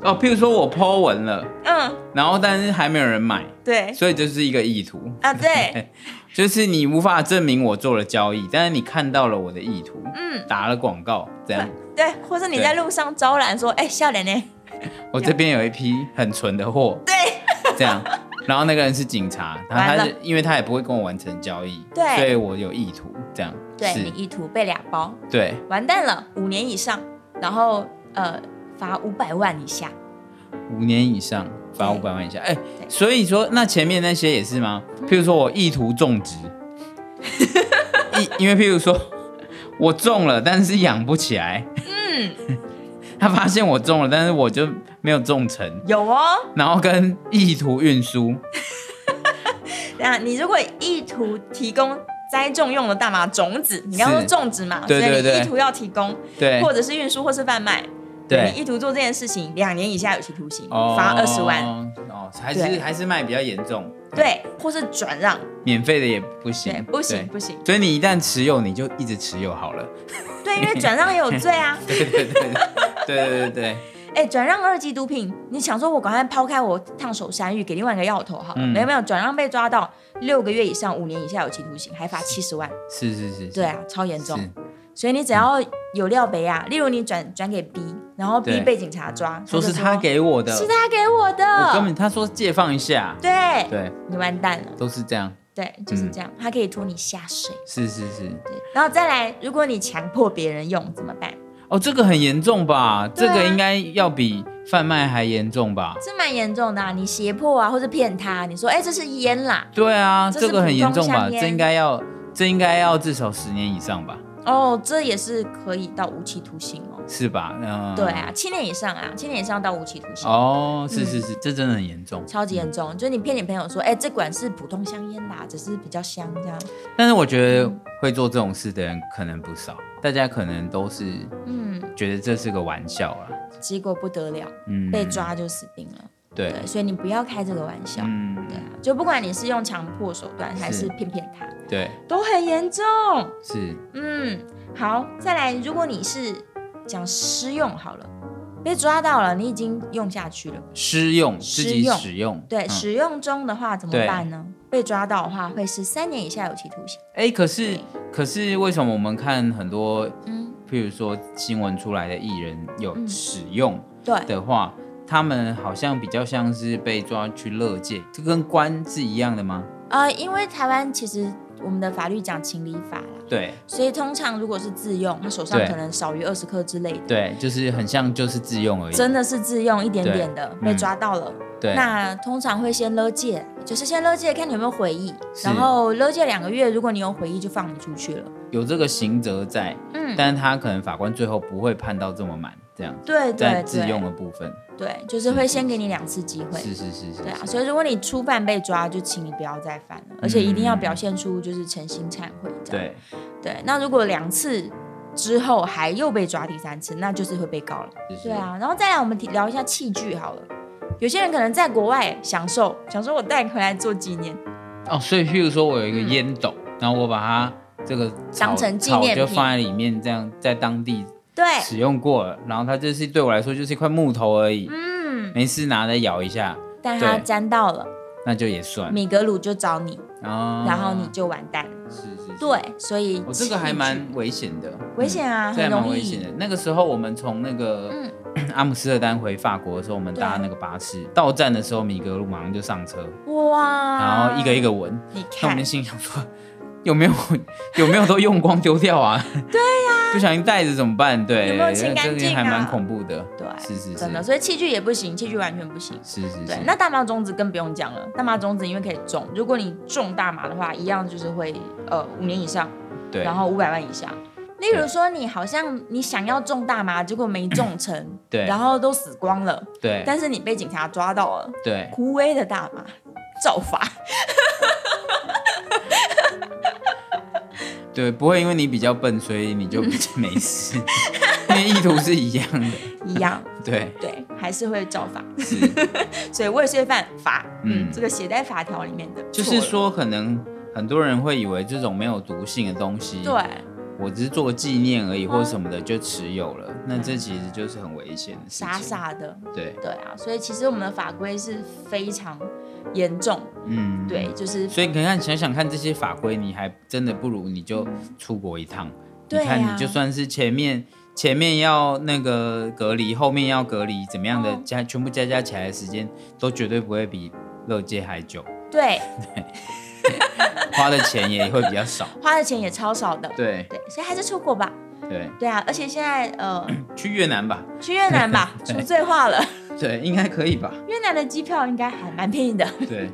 Speaker 2: 哦，譬如说我 Po 文了，
Speaker 1: 嗯，
Speaker 2: 然后但是还没有人买，
Speaker 1: 对
Speaker 2: 所以就是一个意图，
Speaker 1: 啊， 对，
Speaker 2: 就是你无法证明我做了交易，但是你看到了我的意图，
Speaker 1: 嗯，
Speaker 2: 打了广告，这样。
Speaker 1: 对，或是你在路上招揽说，哎，笑脸呢？
Speaker 2: 我这边有一批很纯的货，
Speaker 1: 对，
Speaker 2: 这样。然后那个人是警察，然后
Speaker 1: 完
Speaker 2: 他
Speaker 1: 了
Speaker 2: 是因为他也不会跟我完成交易，
Speaker 1: 对
Speaker 2: 所以我有意图这样，
Speaker 1: 对你
Speaker 2: 是，
Speaker 1: 意图被俩包，
Speaker 2: 对，
Speaker 1: 完蛋了，五年以上，然后呃，罚五百万以下。
Speaker 2: 五年以上罚五
Speaker 1: 对嗯
Speaker 2: 百万以下，哎、所以说那前面那些也是吗？譬如说我意图 种植，因因为譬如说我种了，但是养不起来，嗯， 他发现我种了，但是我就没有种成，
Speaker 1: 有哦，
Speaker 2: 然后跟意图运输，
Speaker 1: 那你如果意图提供栽种用的大麻种子，你刚刚说
Speaker 2: 是
Speaker 1: 种植嘛，
Speaker 2: 对对
Speaker 1: 所以
Speaker 2: 对
Speaker 1: 你意图要提供，
Speaker 2: 对，
Speaker 1: 或者是运输或是贩卖，
Speaker 2: 对
Speaker 1: 你意图做这件事情，两年以下有期徒刑，
Speaker 2: 哦
Speaker 1: 罚二十万，
Speaker 2: 哦，还
Speaker 1: 对
Speaker 2: 是还是卖比较严重，
Speaker 1: 对，或是转让，
Speaker 2: 免费的也不
Speaker 1: 对，
Speaker 2: 行，
Speaker 1: 不行
Speaker 2: 对。
Speaker 1: 不行，
Speaker 2: 所以你一旦持有，你就一直持有好了。
Speaker 1: 对，因为转让也有罪 啊，
Speaker 2: 对对对对对对对，
Speaker 1: 哎，转让二级毒品，你想说我赶快抛开我烫手山芋，给另外一个药头好了，
Speaker 2: 嗯
Speaker 1: 没有没有，转让被抓到六个月以上五年以下有期徒刑，还罚七十万，
Speaker 2: 是是是，是
Speaker 1: 对，啊，超严重。
Speaker 2: 是
Speaker 1: 所以你只要有料杯啊，例如你转转给 B，然后 B
Speaker 2: 对
Speaker 1: 被警察抓，
Speaker 2: 说
Speaker 1: 就是
Speaker 2: 他，给我的，
Speaker 1: 是他给我
Speaker 2: 我根
Speaker 1: 的，
Speaker 2: 本他说借放一下，
Speaker 1: 对，
Speaker 2: 对，
Speaker 1: 你完蛋了，
Speaker 2: 都是这样，
Speaker 1: 对，就是
Speaker 2: 嗯
Speaker 1: 这样，他可以拖你下水。
Speaker 2: 是是是，
Speaker 1: 对，然后再来，如果你强迫别人用怎么办？
Speaker 2: 哦，这个很严重吧？
Speaker 1: 对
Speaker 2: 这
Speaker 1: 啊
Speaker 2: 个应该要比贩卖还严重吧？
Speaker 1: 这蛮严重的、啊，你胁迫啊，或者骗他，你说哎、这是烟啦，
Speaker 2: 对啊，
Speaker 1: 这是
Speaker 2: 这个很严重
Speaker 1: 普通香
Speaker 2: 吧？
Speaker 1: 烟
Speaker 2: 这应该要，这应该要至少十年以上吧？
Speaker 1: 哦，这也是可以到无期徒刑哦。
Speaker 2: 是吧？嗯，
Speaker 1: 对啊，嗯七年以上啊，七年以上到无期徒刑。
Speaker 2: 哦，是是是，这真的很严重。
Speaker 1: 超级严重，就是你骗你朋友说，哎、这管是普通香烟啦，只是比较香这样。
Speaker 2: 但是我觉得会做这种事的人可能不少，大家可能都是
Speaker 1: 嗯，
Speaker 2: 觉得这是个玩笑啦。
Speaker 1: 结果不得了，
Speaker 2: 嗯，
Speaker 1: 被抓就死定了。
Speaker 2: 对，
Speaker 1: 对，所以你不要开这个玩笑。
Speaker 2: 嗯
Speaker 1: 对啊，就不管你是用强迫手段还是
Speaker 2: 是
Speaker 1: 骗骗他，
Speaker 2: 对，
Speaker 1: 都很严重。
Speaker 2: 是
Speaker 1: 嗯，好，再来，如果你是讲私用好了，被抓到了，你已经用下去了，
Speaker 2: 施用
Speaker 1: 施
Speaker 2: 自己
Speaker 1: 用
Speaker 2: 使用，
Speaker 1: 对，
Speaker 2: 嗯
Speaker 1: 使用中的话怎么办呢？被抓到的话会是三年以下有期徒刑。
Speaker 2: 哎、可是
Speaker 1: 对
Speaker 2: 可是为什么我们看很多，
Speaker 1: 嗯，
Speaker 2: 譬如说新闻出来的艺人有
Speaker 1: 嗯
Speaker 2: 使用
Speaker 1: 对，
Speaker 2: 的话，他们好像比较像是被抓去乐界，这跟关是一样的吗？
Speaker 1: 呃，因为台湾其实我们的法律讲情理法啦，
Speaker 2: 对
Speaker 1: 所以通常如果是自用，那手上
Speaker 2: 对
Speaker 1: 可能少于二十克之类的，
Speaker 2: 对，就是很像就是自用而已。
Speaker 1: 真的是自用一点点的
Speaker 2: 对嗯
Speaker 1: 被抓到了。
Speaker 2: 对，
Speaker 1: 那通常会先勒戒，就是先勒戒，看你有没有回忆，
Speaker 2: 是
Speaker 1: 然后勒戒两个月，如果你有回忆，就放你出去了。
Speaker 2: 有这个刑责在，
Speaker 1: 嗯，
Speaker 2: 但是他可能法官最后不会判到这么满，这样
Speaker 1: 对
Speaker 2: 在
Speaker 1: 对
Speaker 2: 自
Speaker 1: 对
Speaker 2: 用，的部分，
Speaker 1: 对，就是会先给你两次机会。
Speaker 2: 是是是是，
Speaker 1: 对啊，
Speaker 2: 是
Speaker 1: 所以如果你初犯被抓，就请你不要再犯了，而且一定要表现出就是诚心忏悔这样。
Speaker 2: 嗯对
Speaker 1: 对那如果两次之后还又被抓第三次，那就是会被告了。
Speaker 2: 就是
Speaker 1: 对啊，然后再来我们提聊一下器具好了。有些人可能在国外享受，想说我带回来做纪念，
Speaker 2: 哦，所以譬如说我有一个烟斗，然后我把它这个草
Speaker 1: 嗯当成纪
Speaker 2: 草
Speaker 1: 念
Speaker 2: 就
Speaker 1: 品哎
Speaker 2: 放在里面，这样在当地
Speaker 1: 对，
Speaker 2: 使用过了，然后它就是对我来说就是一块木头而已，
Speaker 1: 嗯，
Speaker 2: 没事拿来咬一下，
Speaker 1: 但他
Speaker 2: 对
Speaker 1: 沾到了
Speaker 2: 那就也算，
Speaker 1: 米格鲁就找你，
Speaker 2: 哦
Speaker 1: 然后你就完蛋。
Speaker 2: 是是是，
Speaker 1: 对，所以
Speaker 2: 我哦这个还蛮危险的，嗯
Speaker 1: 危险啊，
Speaker 2: 这还
Speaker 1: 很
Speaker 2: 蛮
Speaker 1: 容
Speaker 2: 危险
Speaker 1: 易嗯
Speaker 2: 的。那个时候我们从那个、 阿姆斯特丹回法国的时候，我们搭那个巴士，到站的时候米格鲁马上就上车，
Speaker 1: 哇。
Speaker 2: 然后一个一
Speaker 1: 个，
Speaker 2: 个闻，
Speaker 1: 你
Speaker 2: 那我
Speaker 1: 看
Speaker 2: 们，心想说有没有有没有都用光丢掉啊？ 对呀、不小心带着怎么办？对，
Speaker 1: 有没有清干净啊
Speaker 2: 这个还蛮恐怖的，
Speaker 1: 对，
Speaker 2: 是是是
Speaker 1: 真，的，所以器具也不行，器具完全不行。
Speaker 2: 是是
Speaker 1: 对
Speaker 2: 是，，
Speaker 1: 那大麻种子更不用讲了，大麻种子因为可以种，如果你种大麻的话，一样就是会呃五年以上，
Speaker 2: 对
Speaker 1: 然后五百万以下。例如说，你好像你想要种大麻，结果没种成，
Speaker 2: 对
Speaker 1: 然后都死光了，
Speaker 2: 对
Speaker 1: 但是你被警察抓到了，
Speaker 2: 对，
Speaker 1: 枯萎的大麻，照罚。
Speaker 2: 对，不会因为你比较笨，所以你就比较没 事，因为意图是一样的。
Speaker 1: 一样，
Speaker 2: 对，
Speaker 1: 对，还是会照罚。
Speaker 2: 是，
Speaker 1: 所以未遂犯罚，嗯，
Speaker 2: 嗯
Speaker 1: 这个写在法条里面的，错
Speaker 2: 就是
Speaker 1: 了，
Speaker 2: 说，可能很多人会以为这种没有毒性的东西，
Speaker 1: 对，嗯
Speaker 2: 我只是做个纪念而已，或什么的就持有了，那这其实就是很危险的事
Speaker 1: 傻
Speaker 2: 情。
Speaker 1: 傻的，
Speaker 2: 对，
Speaker 1: 对啊，所以其实我们的法规是非常严重，
Speaker 2: 嗯，。
Speaker 1: 对，就是
Speaker 2: 所以你看，想想看这些法规，你还真的不如你就出国一趟。
Speaker 1: 对
Speaker 2: 你看，
Speaker 1: 啊
Speaker 2: 你就算是前面前面要那个隔离，后面要隔离，怎么样的
Speaker 1: 哦
Speaker 2: 加、全部加加起来的时间，都绝对不会比乐界还久，
Speaker 1: 对
Speaker 2: 花的钱也会比较少。
Speaker 1: 花的钱也超少的，
Speaker 2: 对
Speaker 1: 对，所以还是出国吧，
Speaker 2: 对，
Speaker 1: 对啊，而且现在呃
Speaker 2: 去越南吧，
Speaker 1: 去越南吧，除罪化了，
Speaker 2: 对，应该可以吧？
Speaker 1: 越南的机票应该还蛮便宜的，
Speaker 2: 对，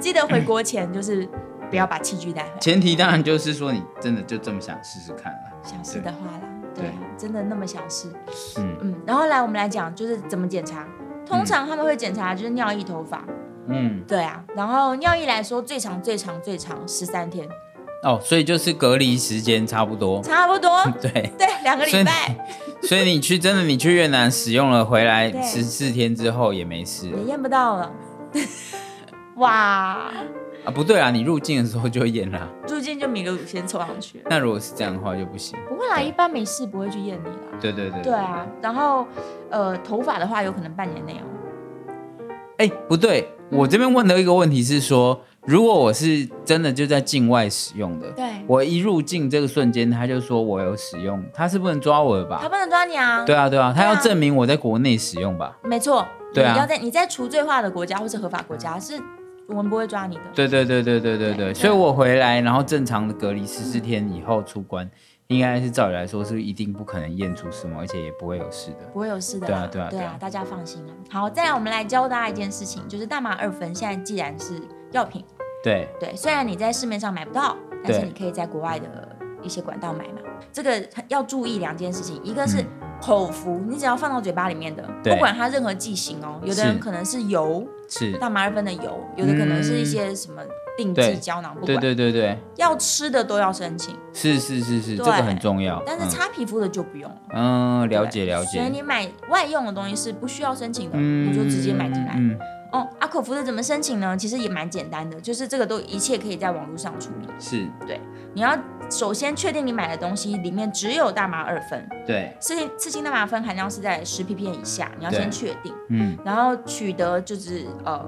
Speaker 1: 记得回国前就是不要把器具带回来。
Speaker 2: 前提当然就是说你真的就这么想试试看了。
Speaker 1: 想试的话啦，对
Speaker 2: 对
Speaker 1: 啊，真的那么想试，
Speaker 2: 嗯
Speaker 1: 嗯，然后来我们来讲，就是怎么检查。通常他们会检查就是尿液、头发，
Speaker 2: 嗯，
Speaker 1: 对啊，然后尿液来说最长最长最长十三天，
Speaker 2: 哦，所以就是隔离时间差不多。
Speaker 1: 差不多，
Speaker 2: 对，
Speaker 1: 对，两个礼拜
Speaker 2: 嗯所以你去真的你去越南使用了，回来
Speaker 1: 对
Speaker 2: 十四天之后也没事
Speaker 1: 也
Speaker 2: 了
Speaker 1: 验不到了， 哇，
Speaker 2: 啊？不对啊，你入境的时候就验啦。
Speaker 1: 入境就米格鲁先凑上去了，
Speaker 2: 那如果是这样的话就不行。
Speaker 1: 不会啦，
Speaker 2: 对
Speaker 1: 一般没事不会去验你啦，
Speaker 2: 对对对。
Speaker 1: 对啊，然后呃，头发的话有可能半年内哦，
Speaker 2: 哎、不对，我这边问的一个问题是说，如果我是真的就在境外使用的，
Speaker 1: 对，
Speaker 2: 我一入境这个瞬间他就说我有使用，他是不能抓我的
Speaker 1: 他
Speaker 2: 吧？
Speaker 1: 不能抓你啊，
Speaker 2: 对啊对啊，他要
Speaker 1: 对啊
Speaker 2: 证明我在国内使用吧？
Speaker 1: 没错，
Speaker 2: 对啊嗯
Speaker 1: 你要在你在除罪化的国家或是合法国家，是我们不会抓你的。
Speaker 2: 对对对对对
Speaker 1: 对
Speaker 2: 对对，所以我回来，然后正常的隔离十四天以后出关，应该是照理来说是一定不可能验出什么，而且也不会有事的。
Speaker 1: 不会有事的啦，
Speaker 2: 对啊对啊对啊
Speaker 1: 大家放心啊。好，再来我们来教大家一件事情，就是大麻二酚现在既然是药品，
Speaker 2: 对，
Speaker 1: 对，虽然你在市面上买不到，但是
Speaker 2: 对
Speaker 1: 你可以在国外的一些管道买嘛。这个要注意两件事情，一个是口服，你只要放到嘴巴里面的，
Speaker 2: 嗯对
Speaker 1: 不管它任何剂型哦，有的人
Speaker 2: 是
Speaker 1: 可能是油，
Speaker 2: 是，
Speaker 1: 大麻二酚的油，有的可能是一些什么定剂
Speaker 2: 对
Speaker 1: 胶囊，不
Speaker 2: 对
Speaker 1: 管
Speaker 2: 对对对，
Speaker 1: 要吃的都要申请，
Speaker 2: 是是是是，这
Speaker 1: 对
Speaker 2: 个很重要。
Speaker 1: 但是擦皮肤的就不用了。
Speaker 2: 嗯，嗯了解
Speaker 1: 对
Speaker 2: 了
Speaker 1: 所以
Speaker 2: 解，
Speaker 1: 你买外用的东西是不需要申请的，
Speaker 2: 嗯，
Speaker 1: 你就直接买进来。
Speaker 2: 嗯，
Speaker 1: 哦，啊，口服的怎么申请呢？其实也蛮简单的，就是这个都一切可以在网络上处理。
Speaker 2: 是，
Speaker 1: 你要首先确定你买的东西里面只有大麻二酚，
Speaker 2: 对，
Speaker 1: 刺激刺激大麻酚含量是在十 ppm 以下，你要
Speaker 2: 对
Speaker 1: 先确定，
Speaker 2: 嗯，
Speaker 1: 然后取得就是呃。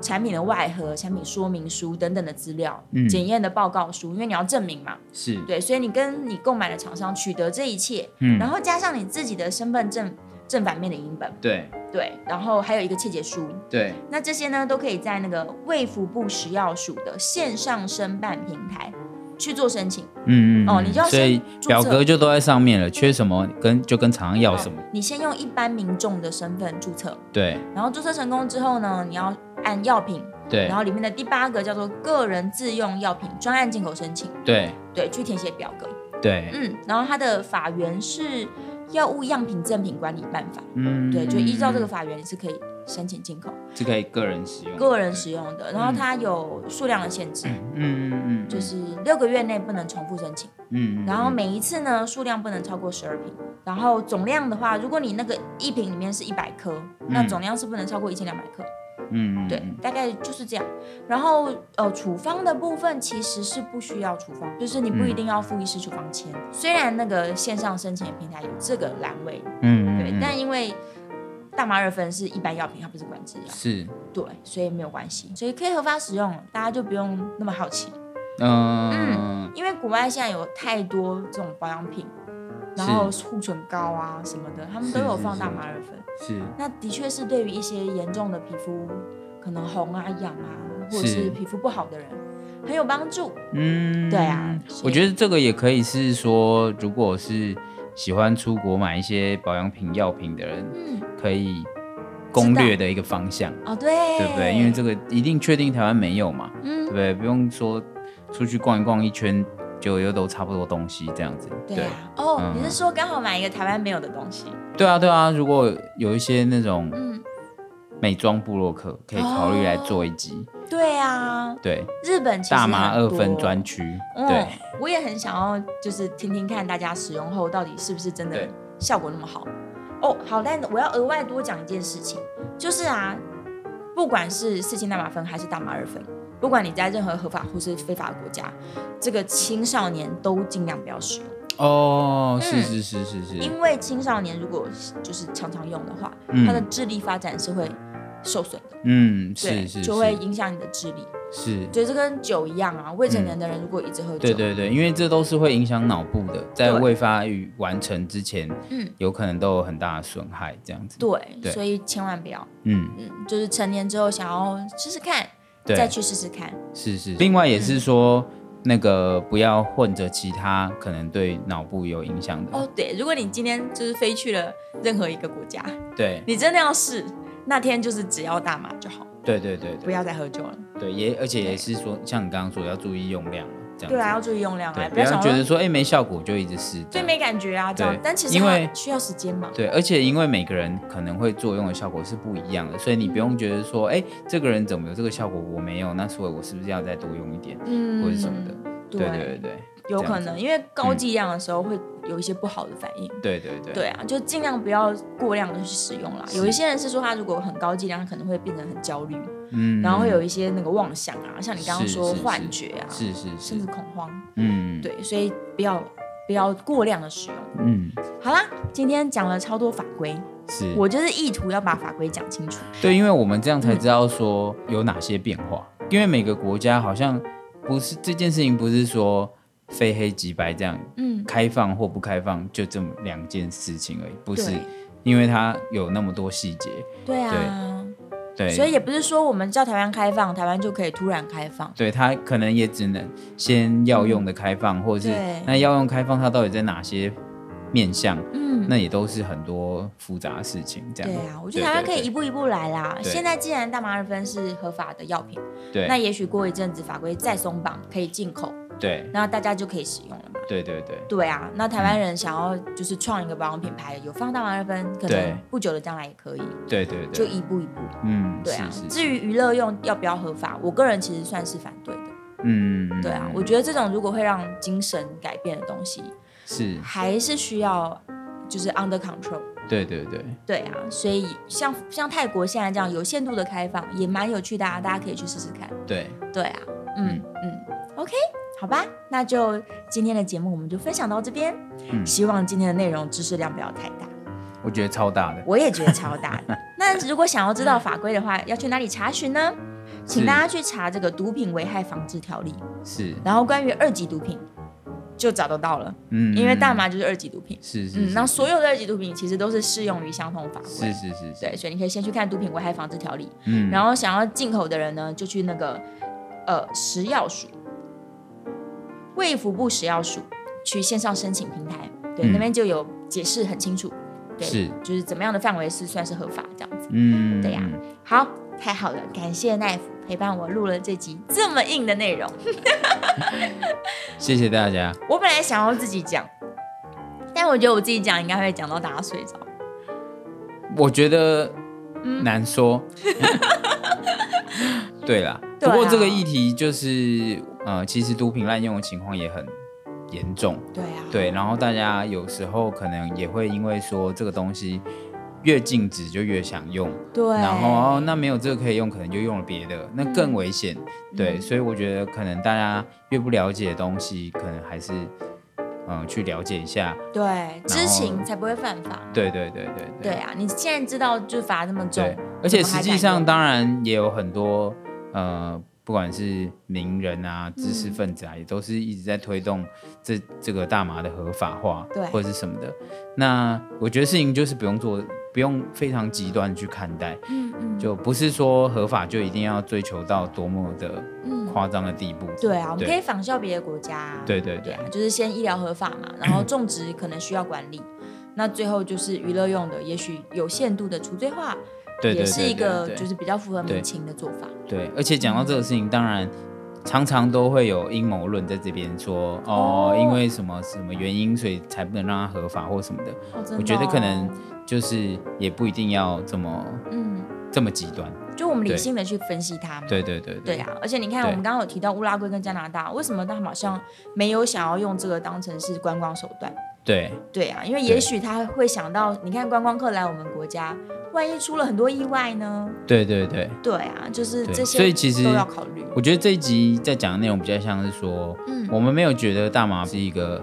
Speaker 1: 产品的外盒、产品说明书等等的资料，
Speaker 2: 嗯
Speaker 1: 检验的报告书，因为你要证明嘛，
Speaker 2: 是，
Speaker 1: 对，所以你跟你购买的厂商取得这一切，
Speaker 2: 嗯
Speaker 1: 然后加上你自己的身份证正反面的影本，
Speaker 2: 对
Speaker 1: 对，然后还有一个切结书，
Speaker 2: 对，
Speaker 1: 那这些呢都可以在那个卫福部食药署的线上申办平台去做申请，
Speaker 2: 嗯嗯，
Speaker 1: 哦
Speaker 2: 嗯
Speaker 1: 你就要
Speaker 2: 所以
Speaker 1: 先注册
Speaker 2: 表格就都在上面了，缺什么跟就跟厂商要什么，
Speaker 1: 你先用一般民众的身份注册，
Speaker 2: 对
Speaker 1: 然后注册成功之后呢，你要按药品，
Speaker 2: 对
Speaker 1: 然后里面的第八个叫做个人自用药品专案进口申请，
Speaker 2: 对
Speaker 1: 对，去填写表格。
Speaker 2: 对，
Speaker 1: 嗯，然后它的法源是《药物样品赠品管理办法》，
Speaker 2: 嗯，
Speaker 1: 对，就依照这个
Speaker 2: 嗯
Speaker 1: 法源你是可以申请进口，
Speaker 2: 嗯是可以个人使用的，
Speaker 1: 个人使用的。然后它有数量的限制，
Speaker 2: 嗯，嗯嗯嗯，
Speaker 1: 就是六个月内不能重复申请，
Speaker 2: 嗯，嗯
Speaker 1: 然后
Speaker 2: 嗯
Speaker 1: 每一次呢数量不能超过十二瓶，然后总量的话，如果你那个一瓶里面是一百颗，那
Speaker 2: 嗯
Speaker 1: 总量是不能超过一千两百克。
Speaker 2: 嗯嗯
Speaker 1: 对
Speaker 2: 嗯，
Speaker 1: 大概就是这样。然后呃，处方的部分其实是不需要处方，就是你不
Speaker 2: 嗯
Speaker 1: 一定要附医师处方签。虽然那个线上申请的平台有这个栏位，
Speaker 2: 嗯
Speaker 1: 对，
Speaker 2: 嗯嗯
Speaker 1: 但因为大麻二酚是一般药品，它不是管制药，
Speaker 2: 是
Speaker 1: 对，所以没有关系，所以可以合法使用，大家就不用那么好奇。
Speaker 2: 嗯
Speaker 1: 因为国外现在有太多这种保养品，然后护唇膏啊什么的，他们都
Speaker 2: 是
Speaker 1: 有
Speaker 2: 是
Speaker 1: 放大
Speaker 2: 是
Speaker 1: 麻二酚。
Speaker 2: 是
Speaker 1: 那的确是对于一些严重的皮肤可能红啊、痒啊，或者
Speaker 2: 是
Speaker 1: 是皮肤不好的人，很有帮助。
Speaker 2: 嗯，
Speaker 1: 对啊所
Speaker 2: 我
Speaker 1: 以
Speaker 2: 觉得这个也可以是说，如果是喜欢出国买一些保养品、药品的人，
Speaker 1: 嗯，
Speaker 2: 可以攻略的一个方向，
Speaker 1: 哦对，
Speaker 2: 对不对？因为这个一定确定台湾没有嘛，对
Speaker 1: 嗯
Speaker 2: 不，对？不用说出去逛一逛一圈，就又都差不多东西这样子。
Speaker 1: 对啊。哦，
Speaker 2: 嗯
Speaker 1: 你是说刚好买一个台湾没有的东西？
Speaker 2: 对啊，对啊。如果有一些那种
Speaker 1: 嗯，
Speaker 2: 美妆部落客，可以考虑来做一集。
Speaker 1: 对啊，
Speaker 2: 对，
Speaker 1: 日本其实
Speaker 2: 大麻
Speaker 1: 很
Speaker 2: 二
Speaker 1: 多
Speaker 2: 分专。区，
Speaker 1: 嗯
Speaker 2: 对，，
Speaker 1: 我也很想要，就是听听看大家使用后到底是不是真的
Speaker 2: 对
Speaker 1: 效果那么好。哦，好，但我要额外多讲一件事情，就是啊，不管是四氢大麻酚还是大麻二酚，不管你在任何合法或是非法的国家，这个青少年都尽量不要使用，
Speaker 2: 哦，是
Speaker 1: 嗯
Speaker 2: 是是是是，
Speaker 1: 因为青少年如果就是常常用的话，
Speaker 2: 嗯
Speaker 1: 他的智力发展是会受损的，
Speaker 2: 嗯，
Speaker 1: 对，
Speaker 2: 是是
Speaker 1: 就会
Speaker 2: 是
Speaker 1: 影响你的智力。
Speaker 2: 是，
Speaker 1: 所以这跟酒一样啊，未成年的人如果一直喝酒，
Speaker 2: 嗯对对对，因为这都是会影响脑部的，在
Speaker 1: 对
Speaker 2: 未发育完成之前，
Speaker 1: 嗯
Speaker 2: 有可能都有很大的损害，这样子。
Speaker 1: 对，
Speaker 2: 对
Speaker 1: 所以千万不要。
Speaker 2: 嗯，
Speaker 1: 嗯，就是成年之后想要试试看，
Speaker 2: 对，
Speaker 1: 再去嗯试试看。
Speaker 2: 是是。另外也是说，那个不要混着其他可能对脑部有影响的，
Speaker 1: 哦，对，如果你今天就是飞去了任何一个国家，
Speaker 2: 对
Speaker 1: 你真的要试，那天就是只要大麻就好，
Speaker 2: 对对对
Speaker 1: 不
Speaker 2: 对
Speaker 1: 要再喝酒了。
Speaker 2: 对，也而且也是说，像你刚刚说要注意用量嘛，这样子。
Speaker 1: 对啊，要注意用量啊，
Speaker 2: 对，
Speaker 1: 不
Speaker 2: 不要
Speaker 1: 要想
Speaker 2: 觉得
Speaker 1: 说
Speaker 2: 说哎没效果就一直试，这
Speaker 1: 最
Speaker 2: 样
Speaker 1: 没感觉啊这样
Speaker 2: 对。
Speaker 1: 但其实
Speaker 2: 因
Speaker 1: 它
Speaker 2: 为
Speaker 1: 需要时间嘛。
Speaker 2: 对，而且因为每个人可能会作用的效果是不一样的，所以你不用觉得说，哎、这个人怎么有这个效果，我没有，那所以我是不是要再多用一点，
Speaker 1: 嗯
Speaker 2: 或者什么的？对对对
Speaker 1: 有
Speaker 2: 这样
Speaker 1: 可
Speaker 2: 子
Speaker 1: 能因为高剂量的时候会有一些不好的反应。
Speaker 2: 对对对对
Speaker 1: 对啊，就尽量不要过量的去使用啦。
Speaker 2: 是
Speaker 1: 有一些人是说，他如果很高剂量，他可能会变得很焦虑，
Speaker 2: 嗯，
Speaker 1: 然后会有一些那个妄想啊，像你刚刚
Speaker 2: 是
Speaker 1: 说
Speaker 2: 是是
Speaker 1: 幻觉啊，
Speaker 2: 嗯是是
Speaker 1: 甚
Speaker 2: 是
Speaker 1: 至，恐慌。
Speaker 2: 嗯，
Speaker 1: 对，所以不要不要过量的使用。
Speaker 2: 嗯
Speaker 1: 好啦，今天讲了超多法规，
Speaker 2: 是，
Speaker 1: 我嗯就是意图要把法规讲清楚。
Speaker 2: 对，因为我们这样才知道说有哪些变化，因为每个国家好像不是这件事情，不是说非黑即白这样
Speaker 1: 嗯，
Speaker 2: 开放或不开放就这么两件事情而已，不是
Speaker 1: 对，
Speaker 2: 因为它有那么多细节，
Speaker 1: 对啊，
Speaker 2: 对，
Speaker 1: 所以也不是说我们叫台湾开放，台湾就可以突然开放。
Speaker 2: 对它可能也只能先药用的开放，或者
Speaker 1: 嗯
Speaker 2: 是
Speaker 1: 对
Speaker 2: 那药用开放它到底在哪些面向，
Speaker 1: 嗯，
Speaker 2: 那也都是很多复杂的事情。这样
Speaker 1: 对啊，我觉得台湾可
Speaker 2: 对
Speaker 1: 以一步一步来啦。
Speaker 2: 对
Speaker 1: 现在既然大麻二酚是合法的药品，
Speaker 2: 对
Speaker 1: 那也许过一阵子法规再松绑，可以进口，
Speaker 2: 对
Speaker 1: 那大家就可以使用了嘛。
Speaker 2: 对对对
Speaker 1: 对啊，那台湾人想要就是创一个保养品牌，有放大麻二酚，可
Speaker 2: 对
Speaker 1: 能不久的将来也可以，
Speaker 2: 对对
Speaker 1: 就
Speaker 2: 对，
Speaker 1: 一步一步。
Speaker 2: 嗯，
Speaker 1: 对啊，
Speaker 2: 是是
Speaker 1: 至于娱乐用要不要合法，我个人其实算是反对的。
Speaker 2: 嗯，嗯
Speaker 1: 对啊，
Speaker 2: 嗯
Speaker 1: 我觉得这种如果会让精神改变的东西，
Speaker 2: 是
Speaker 1: 还是需要就是 under control。
Speaker 2: 对对对
Speaker 1: 对啊，所以像像泰国现在这样有限度的开放，也蛮有趣的啊，大家可以去试试看。
Speaker 2: 对，
Speaker 1: 对啊，嗯嗯，OK，好吧，那就今天的节目我们就分享到这边，
Speaker 2: 嗯
Speaker 1: 希望今天的内容知识量不要太大，
Speaker 2: 我觉得超大的。
Speaker 1: 我也觉得超大 的。那如果想要知道法规的话，要去哪里查询呢？请
Speaker 2: 是
Speaker 1: 大家去查这个《毒品危害防治条例》，
Speaker 2: 是，
Speaker 1: 然后关于二级毒品就找得到了，
Speaker 2: 嗯
Speaker 1: 因为大
Speaker 2: 嗯
Speaker 1: 麻就是二级毒品。
Speaker 2: 是是
Speaker 1: 嗯，那
Speaker 2: 是
Speaker 1: 所有的二级毒品其实都是适用于相同法
Speaker 2: 是
Speaker 1: 规。
Speaker 2: 是是，
Speaker 1: 对，所以你可以先去看《毒品危害防治条例》，
Speaker 2: 嗯，
Speaker 1: 然后想要进口的人呢，就去那个呃食药署。卫福部食药署去线上申请平台，对，
Speaker 2: 嗯
Speaker 1: 那边就有解释很清楚，对，
Speaker 2: 是
Speaker 1: 就是怎么样的范围是算是合法这样子。
Speaker 2: 嗯，
Speaker 1: 对啊呀好，太好了，感谢奈夫陪伴我录了这集这么硬的内容。
Speaker 2: 谢谢大家。
Speaker 1: 我本来想要自己讲，但我觉得我自己讲应该会讲到大家睡着。
Speaker 2: 我觉得
Speaker 1: 嗯
Speaker 2: 难说。 对啦，
Speaker 1: 对
Speaker 2: 不
Speaker 1: 啊
Speaker 2: 过这个议题就是，呃，其实毒品滥用的情况也很严重。
Speaker 1: 对啊，
Speaker 2: 对，然后大家有时候可能也会因为说这个东西越禁止就越想用，
Speaker 1: 对，
Speaker 2: 然后哦那没有这个可以用，可能就用了别的，那更危险。
Speaker 1: 嗯
Speaker 2: 对，所以我觉得可能大家越不了解的东西，可能还是嗯、呃去了解一下。啊
Speaker 1: 对，知情才不会犯法。
Speaker 2: 对对对对
Speaker 1: 对啊，你现在知道就罚这么重
Speaker 2: 对，，而且
Speaker 1: 怎么
Speaker 2: 实
Speaker 1: 还
Speaker 2: 际
Speaker 1: 敢
Speaker 2: 上
Speaker 1: 用
Speaker 2: 当然也有很多呃，不管是名人啊、
Speaker 1: 嗯
Speaker 2: 知识分子啊，也都是一直在推动这这个大麻的合法化，
Speaker 1: 对
Speaker 2: 或者是什么的。那我觉得事情就是不用做，不用非常极端去看待，
Speaker 1: 嗯嗯，
Speaker 2: 就不是说合法就一定要追求到多么的
Speaker 1: 嗯，
Speaker 2: 夸张的地步。
Speaker 1: 对啊，我们可以
Speaker 2: 对
Speaker 1: 仿效别的国家、啊。
Speaker 2: 对对对
Speaker 1: 啊，就是先医疗合法 嘛，然后种植可能需要管理，那最后就是娱乐用的，也许有限度的除罪化，
Speaker 2: 对对
Speaker 1: 也是
Speaker 2: 对
Speaker 1: 一个
Speaker 2: 对对
Speaker 1: 就是比较符合
Speaker 2: 对
Speaker 1: 民情的做法。
Speaker 2: 对，而且讲到这个事情，当然常常都会有阴谋论在这边说，哦
Speaker 1: 哦，
Speaker 2: 因为什么什么原因，所以才不能让它合法或什么的。
Speaker 1: 哦真的
Speaker 2: 我觉得可
Speaker 1: 哦
Speaker 2: 能就是也不一定要这么
Speaker 1: 嗯，
Speaker 2: 这么极端。
Speaker 1: 就我们理
Speaker 2: 对
Speaker 1: 性的去分析它嘛。
Speaker 2: 对对对
Speaker 1: 对
Speaker 2: 对，
Speaker 1: 啊，而且你看，
Speaker 2: 对
Speaker 1: 我们刚刚有提到乌拉圭跟加拿大，为什么他们好像没有想要用这个当成是观光手段？
Speaker 2: 对
Speaker 1: 对啊，因为
Speaker 2: 对
Speaker 1: 也许他会想到，你看观光客来我们国家，万一出了很多意外呢？
Speaker 2: 对对对。
Speaker 1: 对啊，就是
Speaker 2: 对
Speaker 1: 这些，
Speaker 2: 所以其实
Speaker 1: 都要考虑。
Speaker 2: 我觉得这一集在讲的内容比较像是说，
Speaker 1: 嗯
Speaker 2: 我们没有觉得大麻是一个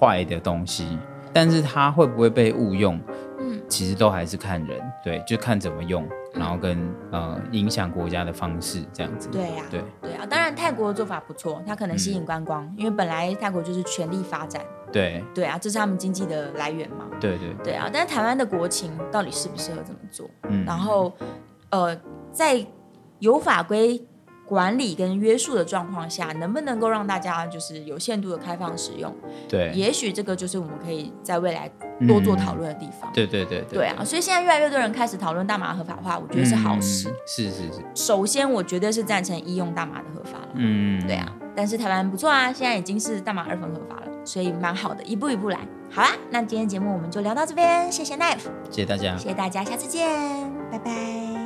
Speaker 2: 坏的东西，但是它会不会被误用，
Speaker 1: 嗯，
Speaker 2: 其实都还是看人，对，就看怎么用，然后跟呃影响国家的方式这样子。
Speaker 1: 对呀、
Speaker 2: 对嗯
Speaker 1: 对啊，当然泰国的做法不错，它可能吸引观光，因为本来泰国就是全力发展，
Speaker 2: 对
Speaker 1: 对啊，这是他们经济的来源嘛。
Speaker 2: 对对，
Speaker 1: 对啊，但是台湾的国情到底适不适合这么做？
Speaker 2: 嗯，
Speaker 1: 然后，呃，在有法规管理跟约束的状况下，能不能够让大家就是有限度的开放使用？
Speaker 2: 对，
Speaker 1: 也许这个就是我们可以在未来多做讨论的地方。
Speaker 2: 嗯对对对
Speaker 1: 对啊，所以现在越来越多人开始讨论大麻合法化，我觉
Speaker 2: 嗯
Speaker 1: 得是好事。
Speaker 2: 是是是，
Speaker 1: 首先，我绝对是赞成医用大麻的合法了。
Speaker 2: 嗯，
Speaker 1: 对啊，但是台湾不错啊，现在已经是大麻二分合法了，所以蛮好的，一步一步来。好啦，那今天节目我们就聊到这边，谢谢 Knife，
Speaker 2: 谢谢大家，
Speaker 1: 谢谢大家，下次见，拜拜。